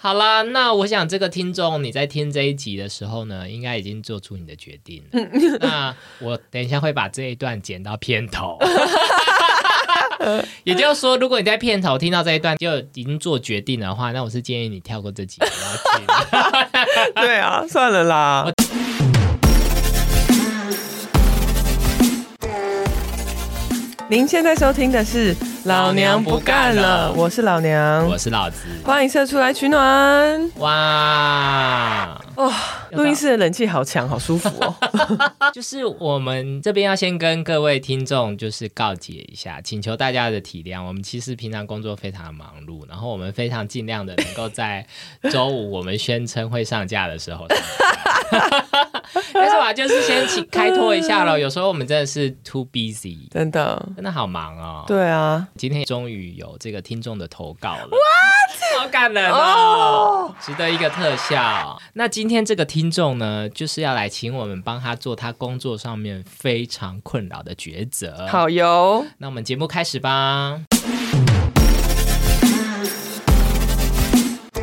好啦，那我想这个听众你在听这一集的时候呢，应该已经做出你的决定了。那我等一下会把这一段剪到片头。也就是说，如果你在片头听到这一段就已经做决定的话，那我是建议你跳过这集不要听。 对啊，算了啦。您现在收听的是《老娘不干了》，我是老娘我，是老子，欢迎社出来取暖。哇！哇、录音室的冷气好强，好舒服 哦。就是我们这边要先跟各位听众就是告解一下，请求大家的体谅。我们其实平常工作非常忙碌，然后我们非常尽量的能够在周五我们宣称会上架的时候上架。但是我就是先请开脱一下咯，有时候我们真的是 too busy，真的。真的好忙哦。，对啊，今天终于有这个听众的投稿了，哇，好感人哦，值得一个特效。那今天这个听众呢，就是要来请我们帮他做他工作上面非常困扰的抉择。，好油。那我们节目开始吧。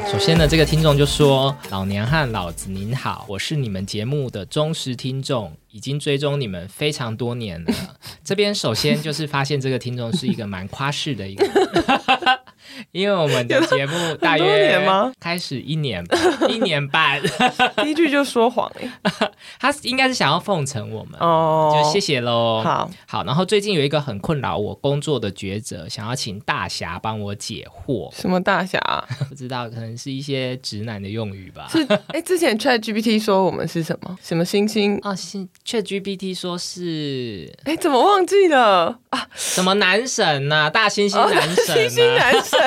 首先呢，这个听众就说：“老娘和老子您好，我是你们节目的忠实听众，已经追踪你们非常多年了。 这边首先就是发现这个听众是一个蛮夸饰的一个人， 因为我们的节目大很多约年吗开始一年吧一年半， 第一句就说谎 哎、他应该是想要奉承我们，哦就谢谢喽。好，好，然后最近有一个很困扰我工作的抉择，想要请大侠帮我解 。惑什么大侠、啊不知道，可能是一些直男的用语吧。是哎、之前 Chat GPT 说我们是什么什么星星？哦，是 ChatGPT 说是哎、怎么忘记了？什么男神呐、大猩猩男 星星神、啊、男神。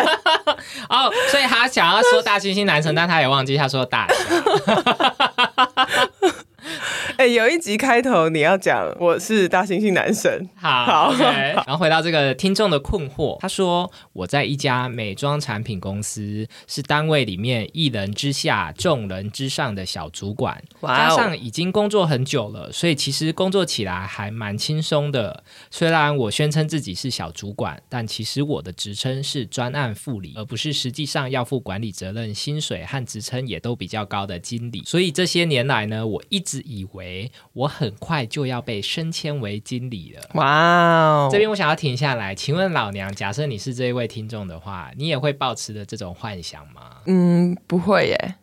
哦，所以他想要说大猩猩男神，但他也忘记他说大侠。 哎、有一集开头你要讲我是大猩猩男神，好，好 OK 然后回到这个听众的困惑，他说我在一家美妆产品公司，是单位里面一人之下、众人之上的小主管，哇加哦上已经工作很久了，所以其实工作起来还蛮轻松的。虽然我宣称自己是小主管，但其实我的职称是专案副理，而不是实际上要负管理责任、薪水和职称也都比较高的经理。所以这些年来呢，我一直以为我很快就要被升迁为经理了。哇哦这边我想要停下来，请问老娘，假设你是这一位听众的话，你也会抱持的这种幻想吗？嗯，不 会耶。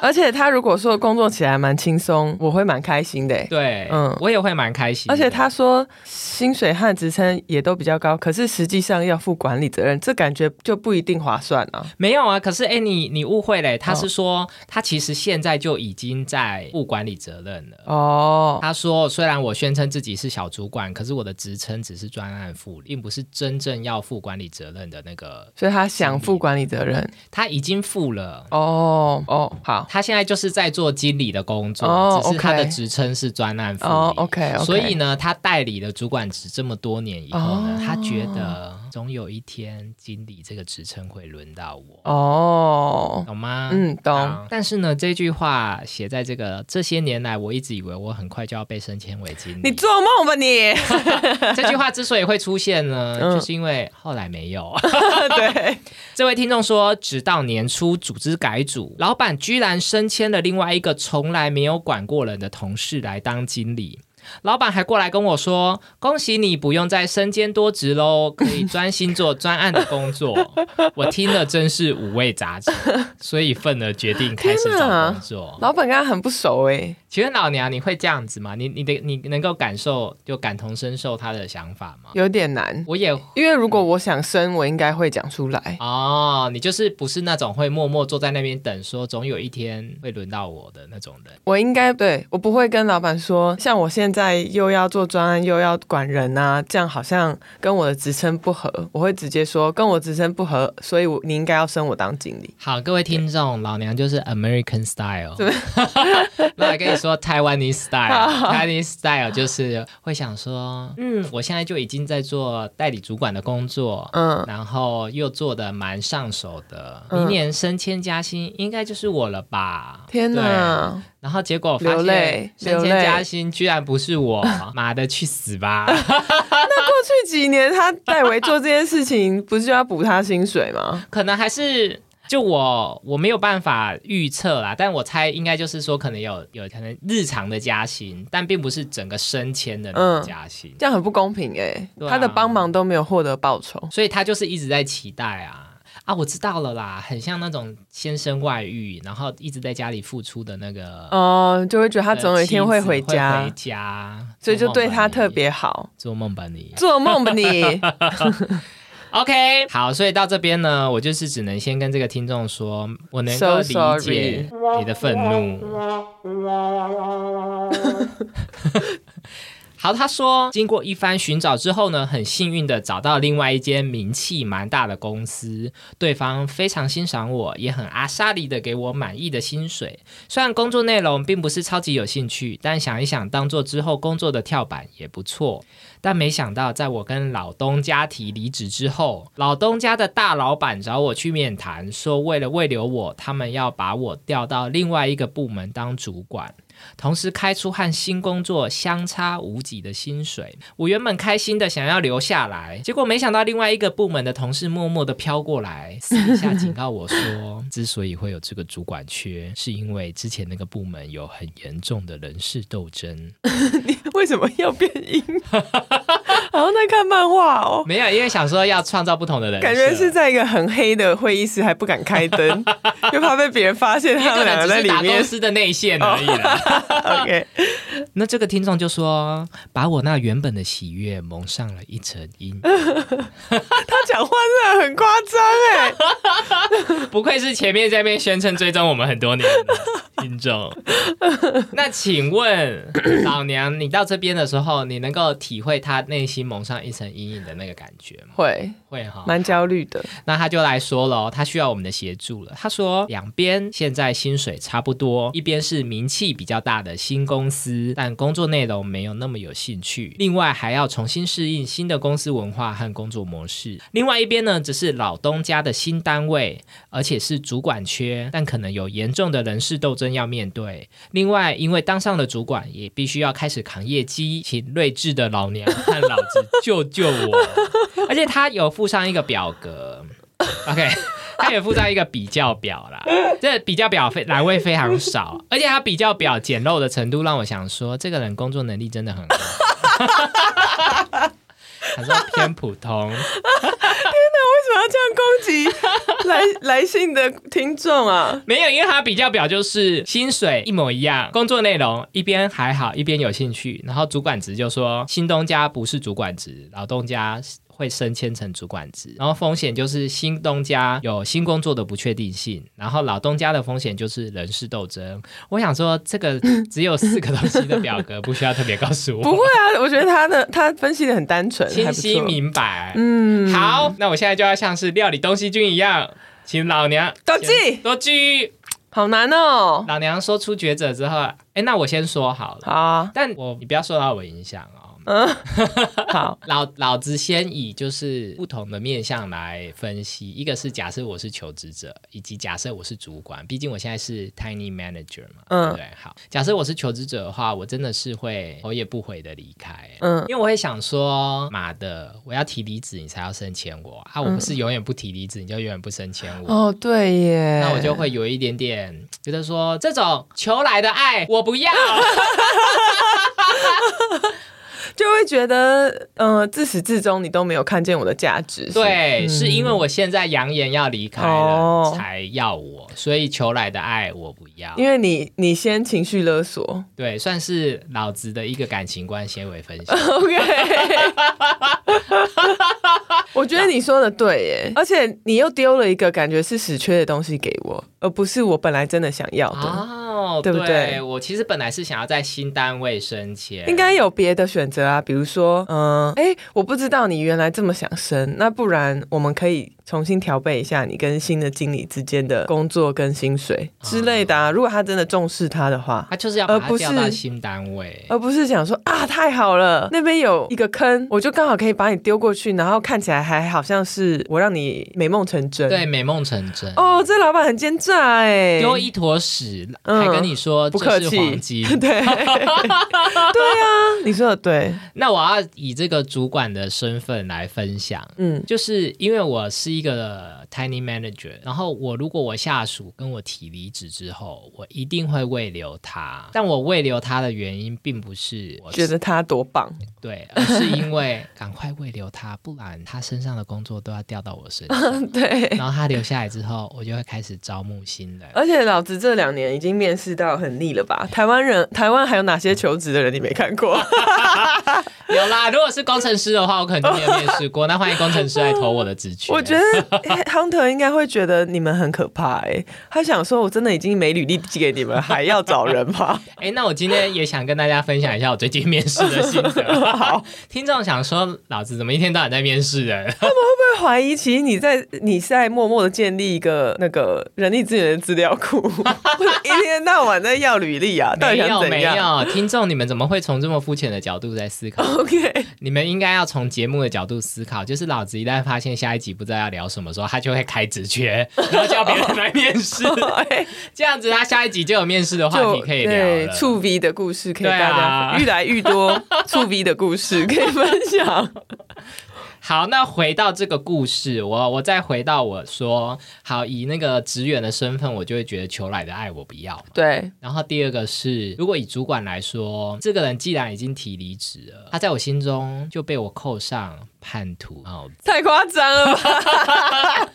而且他如果说工作起来蛮轻松，我会蛮开心的耶。对，嗯我也会蛮开心的。而且他说薪水和职称也都比较高，可是实际上要负管理责任，这感觉就不一定划算啊。没有啊，可是哎、诶你你误会哦嘞，他是说、他其实现在就已经在负管理责任了。哦，他说：“虽然我宣称自己是小主管，可是我的职称只是专案副理，并不是真正要负管理责任的那个。所以他想负管理责任。他已经负了，哦哦，好。他现在就是在做经理的工作，哦只是他的 OK 职称是专案副理。哦，OK，OK、o k o 所以呢，他代理了主管职这么多年以后呢，哦他觉得总有一天经理这个职称会轮到我，哦，懂吗？嗯，懂。好但是呢，这句话写在这个这些年来，我一直以为我很快就要被升迁为经 你理。做梦吧你！ 这句话之所以会出现呢，嗯就是因为后来没有。 对，这位听众说，直到年初组织改组，老板居然升迁了另外一个从来没有管过人的同事来当经理。老板还过来跟我说：“恭喜你，不用再身兼多职喽， 可以专心做专案的工作。”我听了真是五味杂陈，所以愤而决定开始天找哪工作。老板跟他很不熟哎、请问老娘，你会这样子吗？你你的你能够感受就感同身受他的想法吗？有点难。我也因为如果我想生，我应该会讲出来。哦，你就是不是那种会默默坐在那边等，说总有一天会轮到我的那种人。我应该对我不会跟老板说，像我现在又要做专案，又要管人啊，这样好像跟我的职称不合。我会直接说跟我职称不合，所以我你应该要升我当经理。好，各位听众，老娘就是 American style，那我跟你说 Taiwanese style，Taiwanese style 就是会想说，嗯，我现在就已经在做代理主管的工作，嗯，然后又做的蛮上手的，嗯明年升迁加薪应该就是我了吧？天对！哪，然后结果发流现泪升流迁泪加薪居然不是 我，妈的去死吧！ 过 去几年他代为做这件事情，不是就要补他薪水吗？可能还是。就我我没有办法预测啦，但我猜应该就是说，可能有有可能日常的加薪，但并不是整个升迁的那嗯种加薪，这样很不公平哎、对啊他的帮忙都没有获得报酬，所以他就是一直在期待啊啊，我知道了啦，很像那种先生外遇，然后一直在家里付出的那个，哦、就会觉得他总有一天呃妻会子回家，回家，所以就做梦对吧他你特别好。做梦吧你。 做梦吧你！ OK，好，所以到这边呢，我就是只能先跟这个听众说，我能 So 够理解你的愤怒。好，他说，经过一番寻找之后呢，很幸运的找到另外一间名气蛮大的公司，对方非常欣赏我，也很阿莎里的给我满意的薪水。虽然工作内容并不是超级有兴趣，但想一想当做之后工作的跳板也不错。但没想到，在我跟老东家提离职之后，老东家的大老板找我去面谈，说为了慰留我，他们要把我调到另外一个部门当主管。同时开出和新工作相差无几的薪水，我原本开心的想要留下来，结果没想到另外一个部门的同事默默的飘过来，私底下警告我说，之所以会有这个主管缺，是因为之前那个部门有很严重的人事斗争， 为什么要变音？ 好像在看漫画哦，没有，因为想说要创造不同的人设，感觉是在一个很黑的会议室，还不敢开灯，又怕被别人发现他可们两能只个在是里打公面。司的内线而已啦。 OK， 那这个听众就说，把我那原本的喜悦蒙上了一层阴影，他讲话真的很夸张哎， 不愧是前面在那边宣称追踪我们很多年的听 众。那请问老娘，你到这边的时候，你能够体会他内心蒙上一层阴影的那个感觉吗？会会哈，蛮焦虑的。那他就来说了哦，他需要我们的协助了。他说，两边现在薪水差不多，一边是名气比较大的新公司，但工作内容没有那么有兴趣，另外还要重新适应新的公司文化和工作模式。另外一边呢，只是老东家的新单位，而且是主管缺，但可能有严重的人事斗争要面对。另外，因为当上了主管，也必须要开始扛业绩，请睿智的老娘和老子救救我。 而且他有附上一个表格，OK，他也附上一个比较表啦。这比较表非栏位非常少，而且他比较表简陋的程度让我想说，这个人工作能力真的很好。他说偏普通，为什么要这样 攻击来来信的听众啊？没有，因为他比较表就是薪水一模一样，工作内容一边还好，一边有兴趣，然后主管职就说新东家不是主管职，老东家。会升迁成主管职，然后风险就是新东家有新工作的不确定性，然后老东家的风险就是人事斗争。我想说，这个只有四个东西的表格， 不需要特别告诉我。不会啊，我觉得他的他分析的很单纯，还清不晰错。明白。嗯，好，那我现在就要像是料理东西君一样，请老娘多记多记。好难哦。 老娘说出抉择之后，哎，那我先说好了，好啊，但我你不要受到我影响哦。嗯 好，老老子先以就是不同的面向来分析，一个是假设我是求职者，以及假设我是主管，毕竟我现在是 tiny manager 嘛，对不嗯对？好，假设我是求职者的话，我真的是会头也不回的离开，嗯，因为我会想说，妈的，我要提离职，你才要升迁我啊！我不是永远不提离职，你就永远不升迁我。哦对耶，那我就会有一点点觉得说，这种求来的爱我 不要。就会觉得，呃，自始至终你都没有看见我的价值。是吗，对，是因为我现在扬言要离开了嗯哦才要我，所以求来的爱我不要。因为你你先情绪勒索对，算是老子的一个感情观纤维分析。 ，OK。我觉得你说的对耶，而且你又丢了一个感觉是死缺的东西给我，而不是我本来真的想要的。哦，对不对我其实本来是想要在新单位升迁，应该有别的选择啊，比如说，嗯、诶哎，我不知道你原来这么想升，那不然我们可以重新调配一下你跟新的经理之间的工作跟薪水之类的啊。如果他真的重视他的话，他就是要把而他呃不是调到新单位。而不是想说啊，太好了， 那边有一个坑， 我就刚好可以把你丢过去，然后看起来还好像是我让你美梦成真。对，，美梦成真。呃哦，这老板很奸诈哎，丢一坨屎，嗯还跟你说不客这气是黄金。 对对啊，你说的对，那我要以这个主管的身份来分享，嗯就是因为我是一个 tiny manager，然后我如果我下属跟我提离职之后，我一定会慰留他。但我慰留他的原因，并不是我觉得他多棒，对，而是因为赶快慰留他，不然他身上的工作都要调到我身 上。 对。然后他留下来之后，我就会开始招募新人。而且老子这两年已经面试到很腻了吧？台湾人，台湾还有哪些求职的人你没看过？有啦，如果是工程师的话，我可能就没有面试过。那欢迎工程师来投我的职缺。 我觉得欸 Hunter 应该会觉得你们很可怕哎、他想说我真的已经没履历寄给你们，还要找人吗？哎，那我今天也想跟大家分享一下我最近面试的心 得。好， 听众想说，老子怎么一天到晚在面试人？会怀疑，其实你在你是在默默的建立一个那个人力资源的资料库，不是一天到晚在要履历 啊，到没底想有怎没样有，听众你们怎么会从这么肤浅的角度在思考？ ？OK，你们应该要从节目的角度思考，就是老子一旦发现下一集不知道要聊什么时候，他就会开职缺，然后叫别人来面 试，这样子他下一集就有面试的话题可以聊对了。触 V 的故事可以对大啊 家越来越多触 V 的故事可以分享。好，那回到这个故事，我我再回到我说，好以那个职员的身份，我就会觉得求来的爱我不要。对，然后第二个是，如果以主管来说，这个人既然已经提离职了，他在我心中就被我扣上叛徒帽子，太夸张了吧！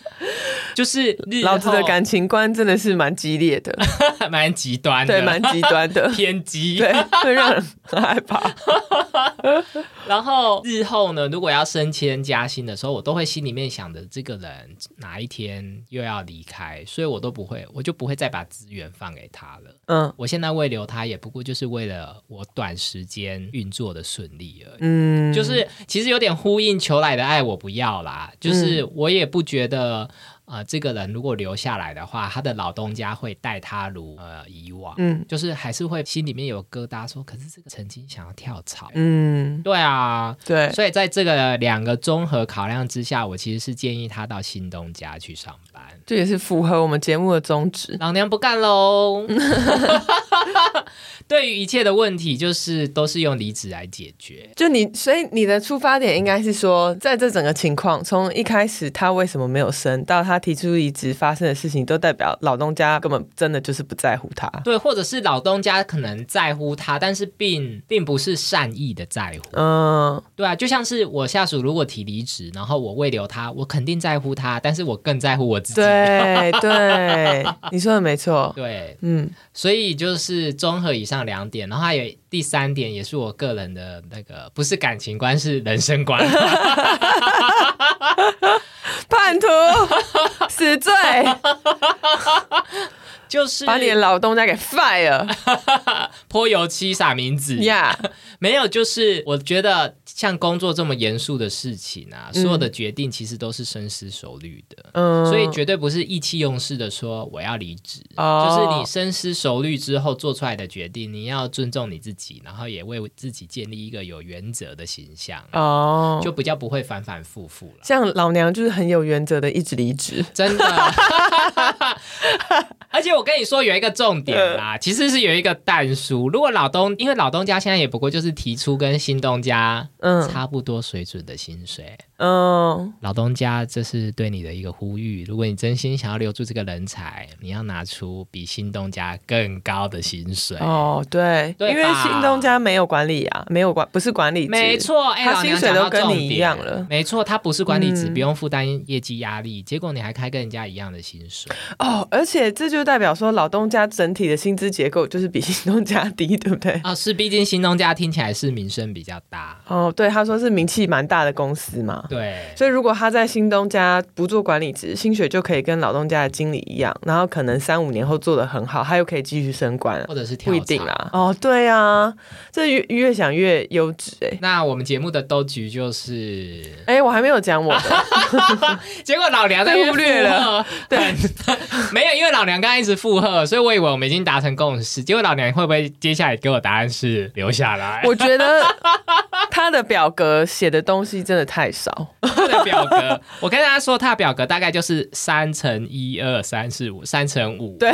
就是日老子的后感情观真的是蛮激 烈的，蛮极端的，，对，蛮极端的 偏激。对，会让人很害怕。然后日后呢，如果要升迁加薪的时候，我都会心里面想着这个人哪一天又要离开，所以我都不会，我就不会再把资源放给他了。嗯我现在慰留他，也不过就是为了我短时间运作的顺利而已。嗯，就是其实有点呼应求来的爱，我不要啦。就是我也不觉得，呃，这个人如果留下来的话，他的老东家会待他如呃以往，嗯就是还是会心里面有疙瘩说可是这个曾经想要跳槽，嗯，对啊。对，所以在这个两个综合考量之下，我其实是建议他到新东家去上 班。这也是符合我们节目的宗旨。老娘不干 喽！ 对于一切的问题，就是都是用离职来解决。就你，所以你的出发点应该是说，在这整个情况，从一开始他为什么没有升，到他提出离职发生的事情，都代表老东家根本真的就是不在乎他。 对，或者是老东家可能在乎他，但是并并不是善意的在乎。嗯，对啊，就像是我下属如果提离职，然后我未留他，我肯定在乎他，但是我更在乎我自己。对对，你说的没错。对嗯，所以就是综合以上两点，然后还有第三点，也是我个人的那个，不是感情观，是人生观。 叛徒死罪，就是把你的老东家给 fire 泼油漆撒名字呀、没有，就是我觉得像工作这么严肃的事情啊，所有的决定其实都是深思熟虑的。嗯，所以绝对不是意气用事的说我要离职，哦就是你深思熟虑之后做出来的决定，你要尊重你自己，然后也为自己建立一个有原则的形象，哦，就比较不会反反复复了。像老娘就是很有原则的，一直离职。真的， 而且我跟你说有一个重点嗯啦，其实是有一个淡叔。如果老东，因为老东家现在也不过就是提出跟新东家嗯差不多水准的薪水，嗯，老东家，这是对你的一个呼吁。如果你真心想要留住这个人才，你要拿出比新东家更高的薪水。哦，对，对因为吧新东家没有管理啊，没有管，不是管理制，没错，哎、他老娘薪讲水到都跟你重点一样了没错，他不是管理职，嗯不用负担业绩压力，结果你还开跟人家一样的薪水。哦，而且这就代表说老东家整体的薪资结构就是比新东家低，对不 对？啊、是，毕竟新东家听起来是名声比较大。哦，对，他说是名气蛮大的公司嘛，对，所以如果他在新东家不做管理职，薪水就可以跟老东家的经理一样，然后可能三五年后做的很好，他又可以继续升官啊或，者是跳不槽一定。啦。哦，对啊，这越越想越优质哎、那我们节目的兜局就是，哎、我还没有讲我的，结果老梁在被忽略了 那边附和，对，没有，因为老梁刚才一直附和，所以我以为我们已经达成共识。结果老娘会不会接下来给我答案是留下来？ 我觉得他的表格写的东西真的太 少，他的表格， 我跟大家说，他的表格大概就是三乘一二三四五，三乘五。对，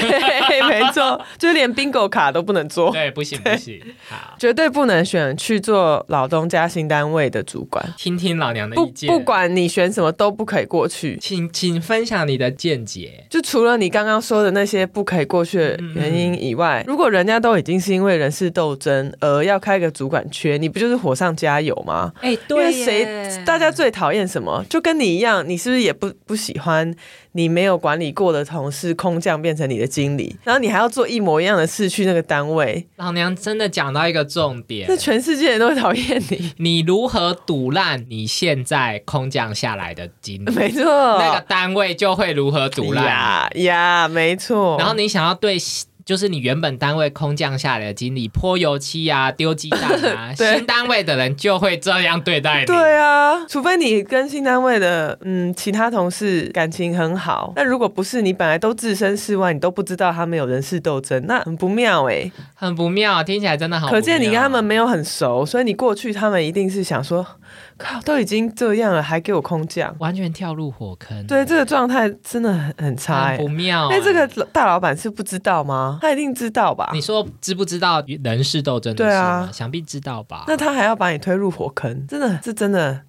没错，就是连 bingo 卡都不能做，对，不行不行，好，绝对不能选去做老东家新单位的主管，听听老娘的不意见。不管你选什么都不可以过去。请请分享你的见解。就除了你刚刚说的那些不可以过去的原因以外，如果人家都已经是因为人事斗争而要开个主管缺，你不就是火上加油吗？哎、因对为耶，谁大家最讨厌什么？就跟你一样，你是不是也不不喜欢你没有管理过的同事空降变成你的经理，然后你还要做一模一样的事去那个单位，老娘真的讲到一个重点那，全世界人都会讨厌 你。你如何堵烂你现在空降下来的经理，没错，那个单位就会如何堵烂呀呀，没错。你。然后你想要对。就是你原本单位空降下来的经理泼油漆啊、丢鸡蛋啊， 对新单位的人就会这样对待你。对啊，除非你跟新单位的嗯其他同事感情很好，那如果不是你本来都置身事外，你都不知道他们有人事斗争，那很不妙哎、很不妙，听起来真的好不妙。可见你跟他们没有很熟，所以你过去他们一定是想说，靠，都已经这样了，还给我空降，完全跳入火坑，对，这个状态真的很很差哎、很不妙、那欸。这个大老板是不知道吗？他一定知道吧你？说知不知道人事斗争的对事啊吗？想必知道吧。那他还要把你推入火坑，真的，这真的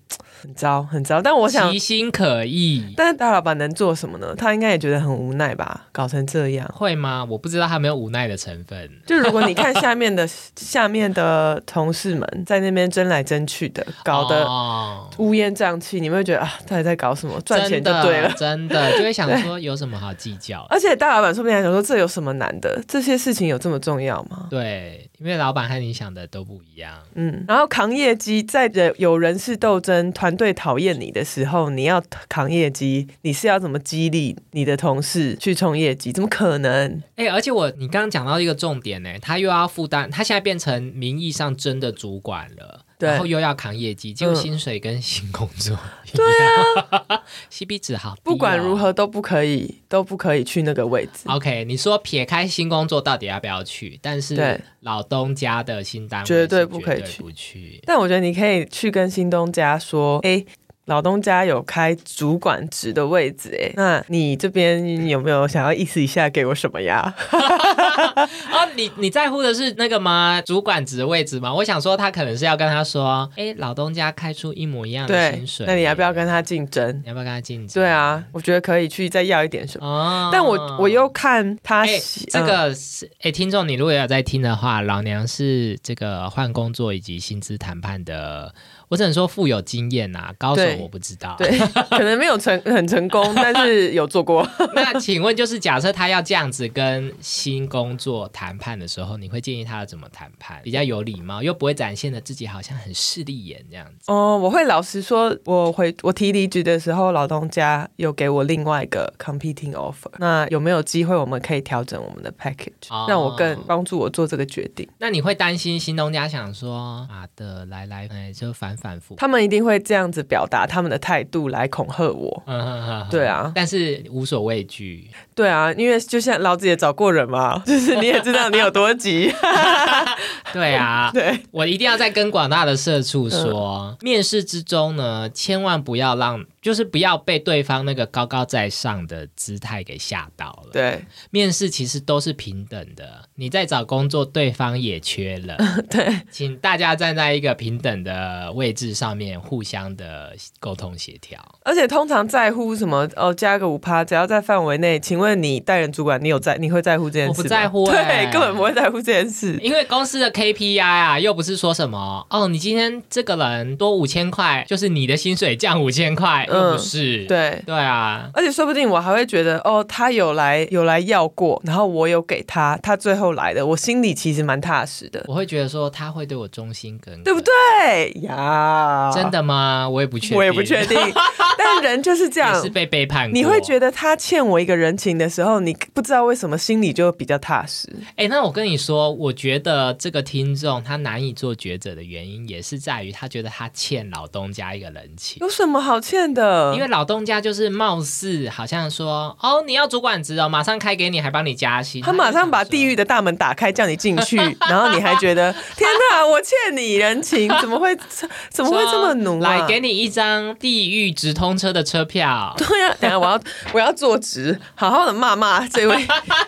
很糟，很糟。但我想其心可异，但是大老板能做什么呢？他应该也觉得很无奈吧，搞成这样。会吗？我不知道他有没有无奈的成分。就如果你看下面的 下面的同事们在那边争来争去的，搞得哦乌烟瘴气，你们会觉得啊，到底在搞什么？赚钱就对了。真的，真的就会想说有什么好计较的？而且大老板说不定还想说，这有什么难的？这些事情有这么重要 吗？对，因为老板和你想的都不一样。嗯，然后扛业绩，在人有人事斗争、团队讨厌你的时候，你要扛业绩，你是要怎么激励你的同事去冲业绩？怎么可能？哎、而且我你刚刚讲到一个重点呢、他又要负担，他现在变成名义上真的主管了。对然后又要扛业绩，结果嗯薪水跟新工作对啊 ，CP 值好低哦、不管如何都不可以，都不可以去那个位置， OK，你说撇开新工作到底要不要去？但是对老东家的新单位绝对是不可绝以对去不去。但我觉得你可以去跟新东家说，哎、老东家有开主管职的位置、哎，那你这边有没有想要意思一下给我什么呀？哦，你你在乎的是那个吗？主管职的位置吗？我想说，他可能是要跟他说，哎，老东家开出一模一样的对薪水，，那你要不要跟他竞争？你要不要跟他竞争？对，啊，我觉得可以去再要一点什么。哦，但我我又看他哎、写、这嗯个是哎、听众，你如果有在听的话，老娘是这个换工作以及薪资谈判的，我只能说富有经验呐、高手对我不知道。对，可能没有成很成功，但是有做过。 那请问，就是假设他要这样子跟新工作谈判的时候，你会建议他怎么谈判？比较有礼貌，又不会展现的自己好像很势利眼这样子。哦，我会老实说，我回我提离职的时候，老东家有给我另外一个 competing offer。那有没有机会我们可以调整我们的 package，、哦让我更帮助我做这个决定？那你会担心新东家想说啊的来来哎就反反复复，他们一定会这样子表达他们的态度来恐吓我。嗯哼哼哼对啊但是无所畏惧。对啊，因为就像老子也找过人嘛， 就是你也知道你有多急。 对啊，对，嗯我一定要再跟广大的社畜说，面试之中呢，千万不要让，就是不要被对方那个高高在上的姿态给吓到了。对面试其实都是平等的，你在找工作，对方也缺了， 对，请大家站在一个平等的位置上面，互相的沟通协调。而且通常在乎什么哦，加个五趴，只要在范围内。请问你带人主管，你有在你会在乎这件事吗？我不在乎欸 对，根本不会在乎这件事。因为公司的 KPI 啊，又不是说什么哦，你今天这个人多五千块，就是你的薪水降五千块，嗯又不是。对，对啊，而且说不定我还会觉得哦，他有来有来要过，然后我有给他，他最后来的，我心里其实蛮踏实的，我会觉得说他会对我忠心耿耿，对不？对呀？真，的吗？我也不确定，我也不确 定，但人就是这也样是。被背叛过。你会觉得他欠我一个人情的时候，你不知道为什么心里就比较踏实。哎、那我跟你说，我觉得这个听众他难以做抉择的原因，也是在于他觉得他欠老东家一个人情。有什么好欠的？因为老东家就是貌似好像说，哦，你要主管职哦，马上开给你，还帮你加薪。他马上把地狱。狱的大门打开，叫你进 去，然后你还觉得天哪，我欠你人情，怎么会怎么会这么奴啊？来，给你一张地狱直通车的车票。 对呀、等一下我要我要坐直，好好的骂骂 这位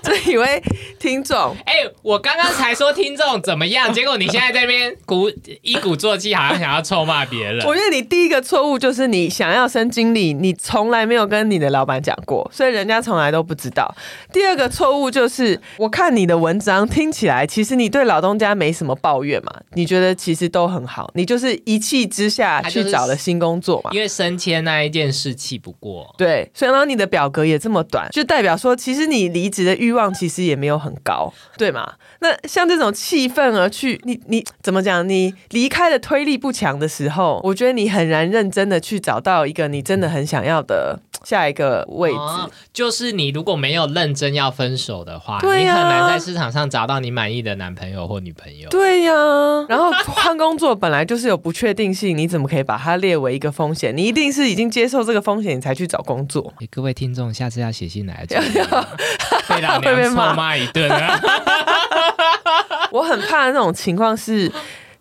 这一位听众。哎、我刚刚才说听众怎么样，结果你现在在那边鼓一鼓作气，好像想要臭骂别人。我觉得你第一个错误就是你想要升经理，你从来没有跟你的老板讲过，所以人家从来都不知道。第二个错误就是，我看你的文章听起来，其实你对老东家没什么抱怨嘛，你觉得其实都很好，你就是一气之下他就去是找了新工作嘛。因为升迁那一件事气不过，对，所以然后你的表格也这么短，就代表说，其实你离职的欲望其实也没有很高，对吗？那像这种气愤而去，你你怎么讲？你离开的推力不强的时候，我觉得你很难认真的去找到一个你真的很想要的下一个位置。哦就是你如果没有认真要分手的话，对啊你呀很难在市场上找到你满意的男朋友或女朋友。对呀、然后换工作本来就是有不确定性，你怎么可以把它列为一个风险？你一定是已经接受这个风险，你才去找工作。诶哎各位听众，下次要写信来 这里被老娘臭骂一顿啊！我很怕那种情况是，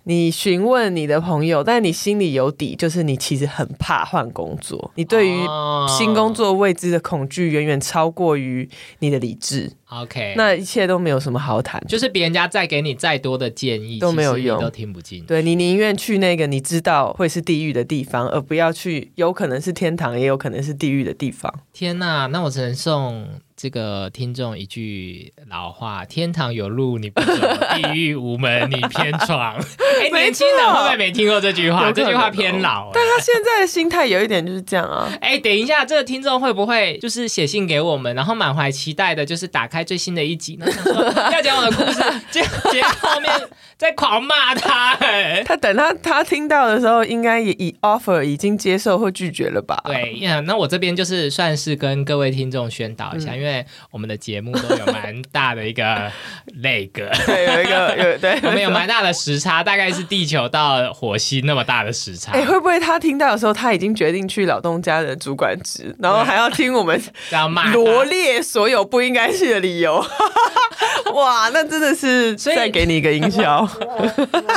你询问你的朋友，但你心里有底，就是你其实很怕换工作，你对于哦新工作未知的恐惧远远超过于你的理智， ，OK，那一切都没有什么好谈。就是别人家再给你再多的建议都没有其实你用都听不进去。对你宁愿去那个你知道会是地狱的地方，而不要去有可能是天堂，也有可能是地狱的地方。天呐，那我只能送这个听众一句老话：天堂有路你不走，地狱无门你偏闯。 哎、没年轻人会不会没听过这句话？有可这能句话偏老、啊但他现在的心态有一点就是这样啊，哎、等一下，这个听众会不会就是写信给我们，然后满怀期待的，就是打开最新的一集呢，想说要讲我的故事，结结果后面在狂骂他、 哎，他等他他听到的时候，应该也已 offer 已经接受或拒绝了吧？对呀，那我这边就是算是跟各位听众宣导一嗯下，因为我们的节目都有蛮大的一个 那个。对，有一个有对，我 们有蛮大的时差，大概是地球到火星那么大的时差哎、，会不会他听到的时候，他已经决定去老东家的主管 职，然后还要听我们这样骂他罗列所有不应该去的理由？ 哇，那真的是所以再给你一个营 销，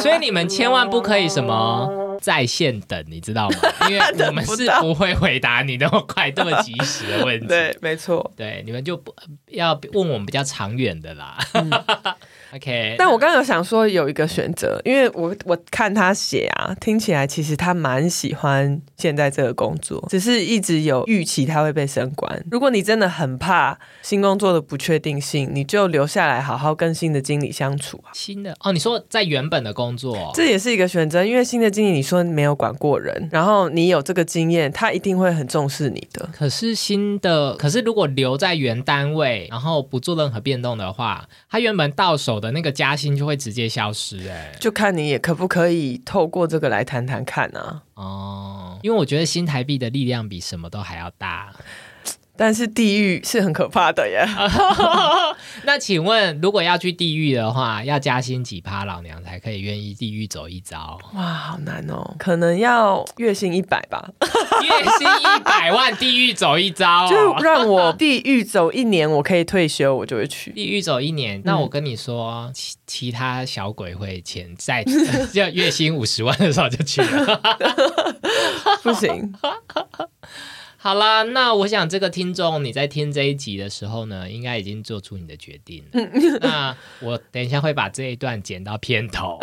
所以你们千万不可以什么在线等，你知道 吗？因为我们不是到不会回答你那么快、这么及时的问题。对，没错。对，你们就不要问我们比较长远的啦。OK，嗯但我刚刚有想说有一个选择，因为我我看他写啊，听起来其实他蛮喜欢现在这个工作，只是一直有预期他会被升官。如果你真的很怕新工作的不确定性，你就留下来好好跟新的经理相处啊。新的哦，你说在原本的工作，这也是一个选择，因为新的经理你说你没有管过人，然后你有这个经验，他一定会很重视你的。可是新的，可是如果留在原单位，然后不做任何变动的话，他原本到手的那个加薪就会直接消失、哎。就看你也可不可以透过这个来谈谈看啊。哦，因为我觉得新台币的力量比什么都还要大。但是地狱是很可怕的耶，那请问，如果要去地狱的话，要加薪几趴，老娘才可以愿意地狱走一 遭？哇，好难哦，可能要月薪一百吧，月薪一百万，地狱走一遭、 就哦。让我地狱走一年，我可以退休，我就 会去。地狱走一年，那我跟你说，其其他小鬼会潜在 就月薪五十万的时候就去了。不行，好啦，那我想这个听众你在听这一集的时候呢，应该已经做出你的决定了。嗯那我等一下会把这一段剪到片 头。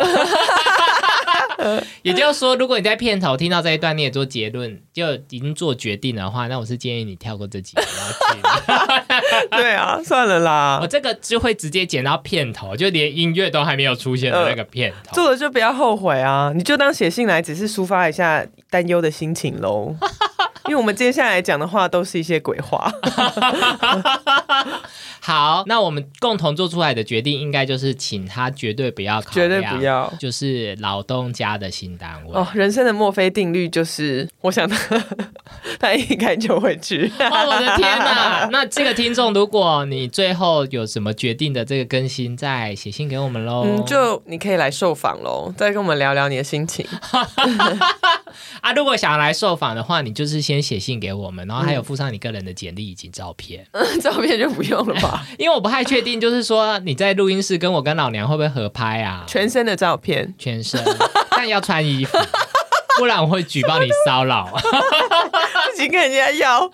也就是说，如果你在片头听到这一段，你也做结论，就已经做决定的话，那我是建议你跳过这集，不要听。对啊，算了我啦，这个就会直接剪到片头，就连音乐都还没有出现的那个片 头。做了就不要后悔啊，你就当写信来，只是抒发一下担忧的心情喽。因为我们接下来讲的话都是一些鬼话。好，那我们共同做出来的决定，应该就是请他绝对不要考量，啊绝对不要就是劳动家的新单位。哦，人生的墨菲定律就是，我想他 他应该就会去。哦，我的天 哪！那这个听众，如果你最后有什么决定的这个更新，再写信给我们喽。嗯，就你可以来受访喽，再跟我们聊聊你的心情。啊，如果想来受访的话，你就是先写信给我们，然后还有附上你个人的简历以及照片。 照片就不用了 吧，因为我不太确定，就是说你在录音室跟我跟老娘会不会合拍 啊？全身的照片。全身，但要穿衣服，不然我会举报你骚扰。 自己跟人家 要。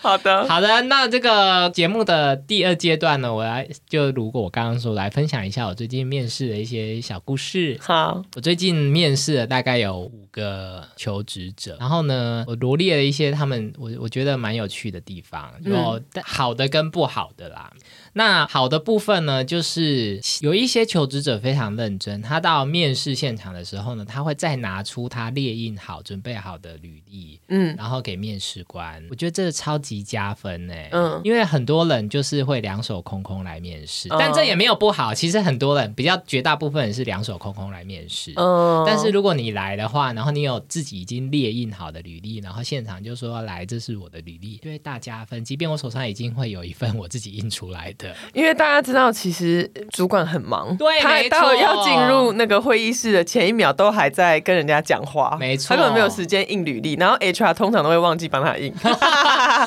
好的，好的，那这个节目的第二阶段呢，我来就如果我刚刚说来分享一下我最近面试的一些小故事。好，我最近面试了大概有五个求职者，然后呢，我罗列了一些他们我我觉得蛮有趣的地方，嗯有好的跟不好的啦。那好的部分呢，就是有一些求职者非常认真，他到面试现场的时候呢，他会再拿出他列印好、准备好的履历，嗯然后给面试官。我觉得这个超级加分呢、嗯因为很多人就是会两手空空来面试，嗯但这也没有不好。其实很多人比较绝大部分人是两手空空来面试。嗯但是如果你来的话，然后你有自己已经列印好的履历，然后现场就说来，这是我的履历，就会大加分。即便我手上已经会有一份我自己印出来 的，因为大家知道，其实主管很忙，对他没错到要进入那个会议室的前一秒都还在跟人家讲话，没错他根本没有时间印履历，然后 HR 通常都会忘记帮他印，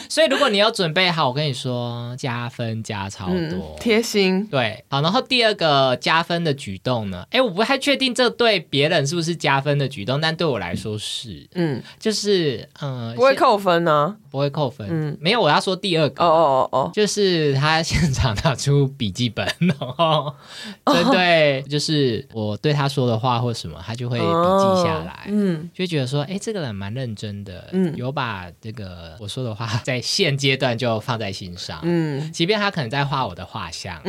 所以如果你有准备好，我跟你说加分加超多。嗯贴心。对，好，然后第二个加分的举动呢？哎，我不太确定这对别人是不是加分的举动，但对我来说是，嗯，就是嗯，呃不会扣分呢、不会扣分，嗯没有，我要说第二个，哦哦哦就是他现场拿出笔记本，然后针哦对就是我对他说的话或什么，他就会哦，笔记下来。嗯，就会觉得说，哎、这个人蛮认真的，嗯有把这个我说的话在现阶段就放在心上，嗯即便他可能在画我的画像、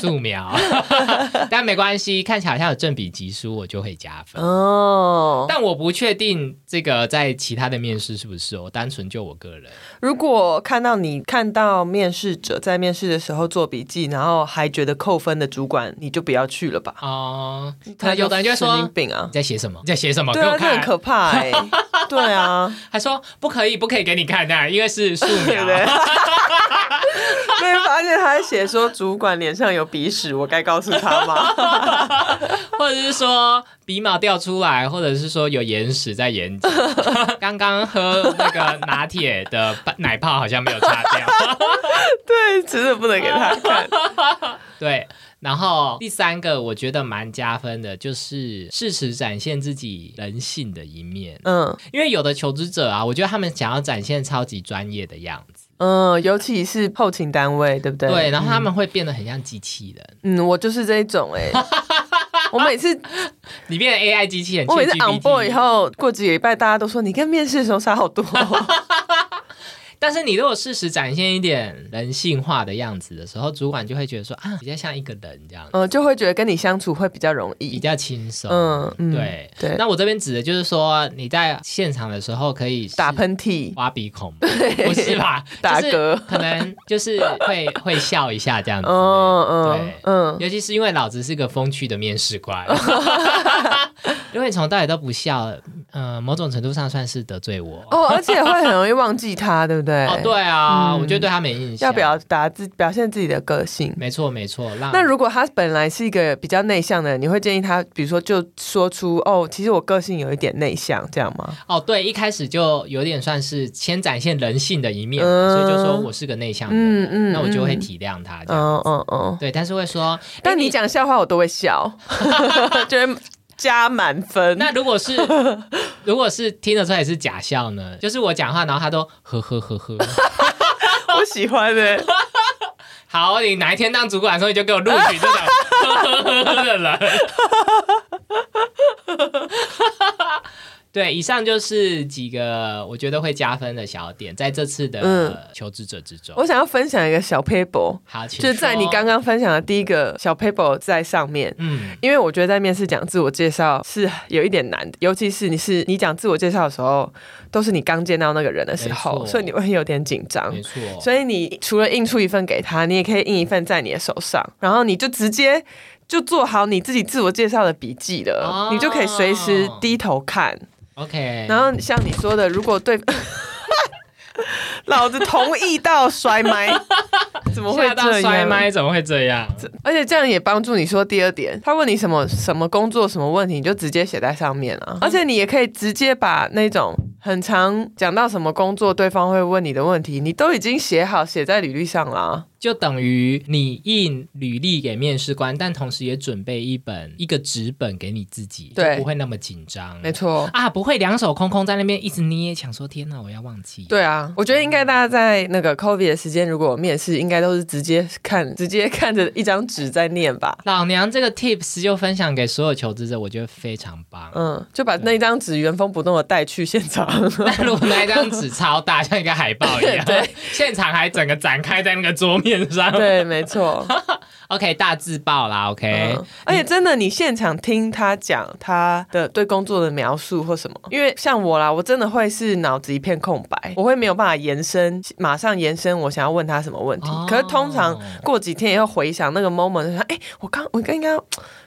素描， 但没关系，看起来好像有正比级书，我就会加分。哦。但我不确定这个在其他的面试是不是哦，单纯就我个人，如果看到你看到面试者在面试的时候做笔记，然后还觉得扣分的主管，你就不要去了吧。哦、可能有的人就会神经说病啊你，在写什么？你在写什么？对给啊，我这很看。可怕哎、对啊，还说不可以，不可以给你看的、因为是素对描不。 对？对，发现他写说主管脸上有鼻屎，我该告诉他吗？ 或者是说鼻毛掉出来，或者是说有眼屎在眼角。 刚刚喝那个拿铁的奶泡好像没有擦掉。 对，真的不能给他看。对，然后第三个我觉得蛮加分的，就是适时展现自己人性的一面。嗯因为有的求职者啊，我觉得他们想要展现超级专业的样子，嗯，尤其是后勤单位，对不嗯对？对，然后他们会变得很像机器人，嗯，我就是这一种 哎、我每次你变成 AI 机器人。我每次 ChatGPT on board 以后，过几个礼拜大家都说你跟面试的时候差好多 哦、但是你如果适时展现一点人性化的样子的时候，主管就会觉得说啊，比较像一个人这样子，嗯，就会觉得跟你相处会比较容比易。较轻松。嗯嗯，对对那我这边指的就是说，你在现场的时候可以打喷嚏，挖鼻孔吗，不是吧？ 打就是嗝可能就是 会会笑一下这样子。嗯嗯嗯，尤其是因为老子是个风趣的面试 官，因为你从到底都不笑，呃，某种程度上算是得罪我。哦，而且会很容易忘记他，对不 对？哦，对啊，嗯我就对他没印象。要表达自表现自己的个性。没错没错，让嗯那如果他本来是一个比较内向的人，你会建议他，比如说就说出哦，其实我个性有一点内向，这样吗？哦，对，一开始就有点算是先展现人性的一面嘛，嗯所以就说我是个内向的人，嗯嗯那我就会体谅他这样。嗯嗯 嗯。对，但是会说，但你讲笑话我都会 笑，就会加满 分。那如果是如果是听得出来是假笑呢？就是我讲话，然后他都呵呵呵呵。 我喜欢欸的、好，你哪一天当主管的时候，你就给我录取这种呵呵呵呵的人。对，以上就是几个我觉得会加分的小点，在这次嗯的求职者之中。我想要分享一个小 paper，好，请就是在你说刚刚分享的第一个小 paper 在上面。嗯因为我觉得在面试讲自我介绍是有一点难的，尤其是你是你讲自我介绍的时候，都是你刚见到那个人的时没候，错所以你会有点紧张没。错，所以你除了印出一份给他，你也可以印一份在你的手上，然后你就直接就做好你自己自我介绍的笔记了，哦你就可以随时低头看。 OK，然后像你说的，如果对，老子同意到甩麦，怎么会吓到这摔样？麦怎么会这样？而且这样也帮助你说第二点，他问你什么什么工作什么问题，你就直接写在上面嗯啊。而且你也可以直接把那种很常讲到什么工作对方会问你的问题，你都已经写好写在履历上啊啦、就等于你印履历给面试官，但同时也准备一本一个纸本给你自己，对就不会那么紧张。没错。啊，不会两手空空在那边一直捏，想说天哪，我要忘记。对啊，我觉得应该大家在那个 COVID 的时间，如果有面试，应该都是直接看，直接看着一张纸在念吧。老娘这个 tips 就分享给所有求职者，我觉得非常 棒。嗯，就把那张纸原封不动的带去现 场。但如果那一张纸超大，像一个海报一样， 对，现场还整个展开在那个桌面上。对，没错。 OK，大字报啦，OK，、嗯，而且真的，你现场听他讲他的对工作的描述或什么，因为像我啦，我真的会是脑子一片空白，我会没有办法延伸，马上延伸我想要问他什么问题。哦可是通常过几天以后回想那个 moment，就想哎、我刚我刚应该，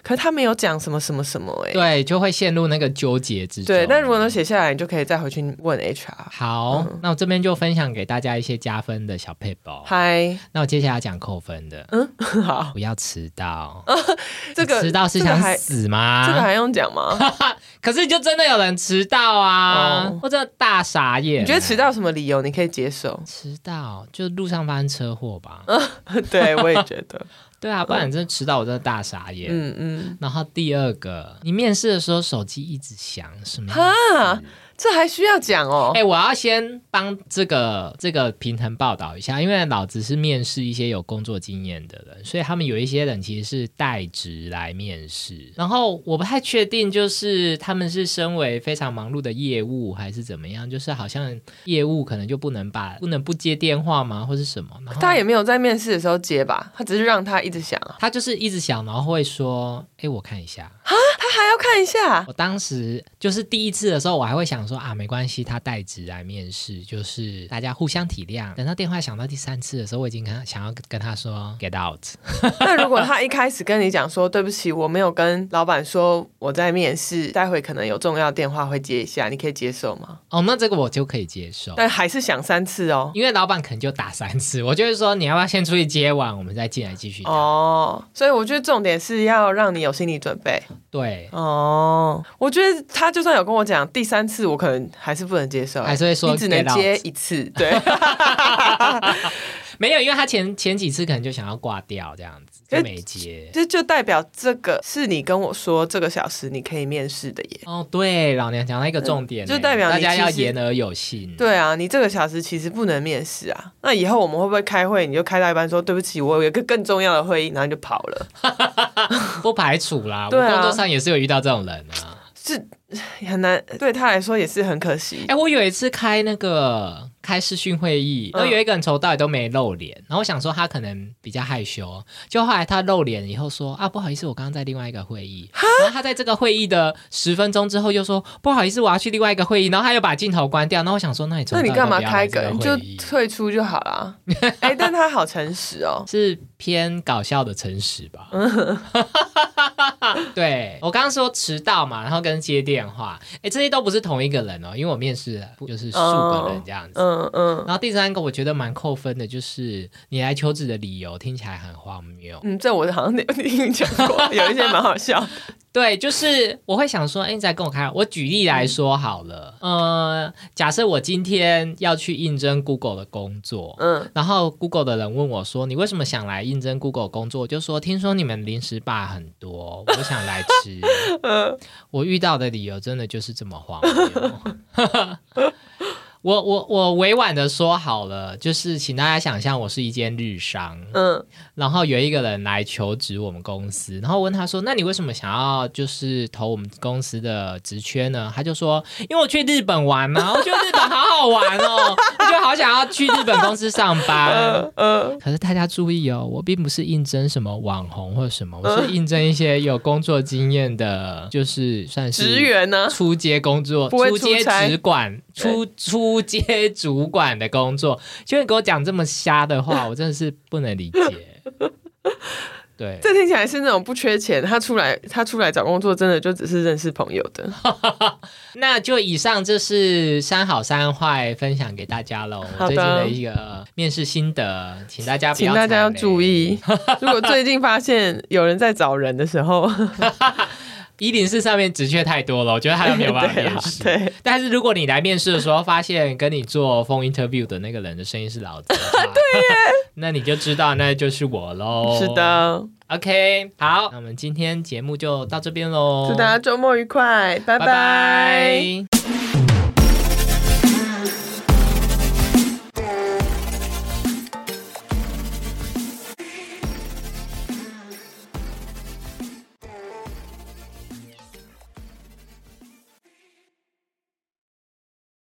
可是他没有讲什么什么什么哎、对，就会陷入那个纠结之中。对，那如果能写下来，你就可以再回去问 HR。啊好，嗯那我这边就分享给大家一些加分的小配包。嗨，那我接下来讲扣分的，嗯 好，不要迟到。 这个迟到是这个想还死吗？这个还用讲啊吗？ 可是就真的有人迟到啊，哦我真的大傻眼。？你觉得迟？到什么理由你可以接受迟到就路上发生车祸吧？嗯 对，我也觉得，对啊，不然真的迟到，我真的大傻眼。嗯嗯，然后第二个，你面试的时候手机一直响，什么意思？哈，这还需要讲哦哎、。我要先帮这个这个平衡报道一下，因为老子是面试一些有工作经验的人，所以他们有一些人其实是代职来面试。然后我不太确定，就是他们是身为非常忙碌的业务还是怎么样，就是好像业务可能就不能把不能不接电话吗，或是什么？然后他也没有在面试的时候接吧，他只是让他一直想啊，他就是一直想，然后会说：“哎、我看一下。”他还要看一下我当时就是第一次的时候，我还会想说啊，没关系，他代职来面试，就是大家互相体谅。等到电话响到第三次的时候，我已经跟他想要跟他说 get out。 那如果他一开始跟你讲说对不起，我没有跟老板说我在面试，待会可能有重要电话会接一下，你可以接受吗？哦，那这个我就可以接受，但还是想三次哦。因为老板可能就打三次，我就会说你要不要先出去接完，我们再进来继续聊。哦，所以我觉得重点是要让你有心理准备。对，哦，我觉得他就算有跟我讲第三次，我可能还是不能接受，哎还是会说你只能 get out 接一次，对。没有，因为他前前几次可能就想要挂掉这样子，就可是没 接。这就代表这个是你跟我说这个小时你可以面试的耶。哦，对，老娘讲到一个重点嗯呢、就代表你大家要其实言而有信。对啊，你这个小时其实不能面试啊。那以后我们会不会开会，你就开到一半说对不起，我有一个更重要的会议，然后你就跑了，不排除啦，对啊我工作上也是有遇到这种人啊。是很难对他来说也是很可惜。哎、我有一次开那个开视讯会议，嗯然后有一个人从头到尾都没露脸，然后我想说他可能比较害羞，就后来他露脸以后说啊不好意思，我刚刚在另外一个会议，然后他在这个会议的十分钟之后又说不好意思，我要去另外一个会议，然后他又把镜头关掉，然后我想说那你从那头到你干尾都嘛不要开来这梗？你个会就议？退出就好 啦。哎、但他好诚实哦。是偏搞笑的诚实吧？嗯 对我刚刚说迟到嘛，然后跟接电话，哎，这些都不是同一个人哦，因为我面试了就是数个人这样子。嗯嗯然后第三个我觉得蛮扣分的，就是你来求职的理由听起来很荒谬。嗯，这我好像有 听你讲过，有一些蛮好笑。对，就是我会想说，哎，你在跟我开玩笑，我举例来说好了，呃，假设我今天要去应征 Google 的工作，嗯，然后 Google 的人问我说：“你为什么想来应征 Google 工作？”我就说：“听说你们零食吧很多，我想来吃。我遇到的理由真的就是这么荒谬。 我我我委婉的说好了，就是请大家想象我是一间日商，嗯然后有一个人来求职我们公司，然后问他说：“那你为什么想要就是投我们公司的职缺呢？”他就说：“因为我去日本玩 嘛，我觉得日本好好玩哦，我就好想要去日本公司上 班。”呃，可是大家注意哦，我并不是应征什么网红或者什么，我是应征一些有工作经验的，就是算是职员 呢？出街工作，不会出街差主管，出出街主管的工作，就你给我讲这么瞎的 话，我真的是不能理解。对，这听起来是那种不缺钱，他出来他出来找工作，真的就只是认识朋友的。那就以上这是三好三坏分享给大家喽，我好最的近的一个面试心得，请大家不请大家踩要雷注。意，如果最近发现有人在找人的时候， 一零四上面职缺太多了，我觉 得还 有没有办法对啊面试。对但是如果你来面试的时候发现跟你做 phone interview 的那个人的声音是老子的话，对耶，那你就知道那就是我喽。是的， OK，好，那我们今天节目就到这边喽，祝大家周末愉快，拜拜拜拜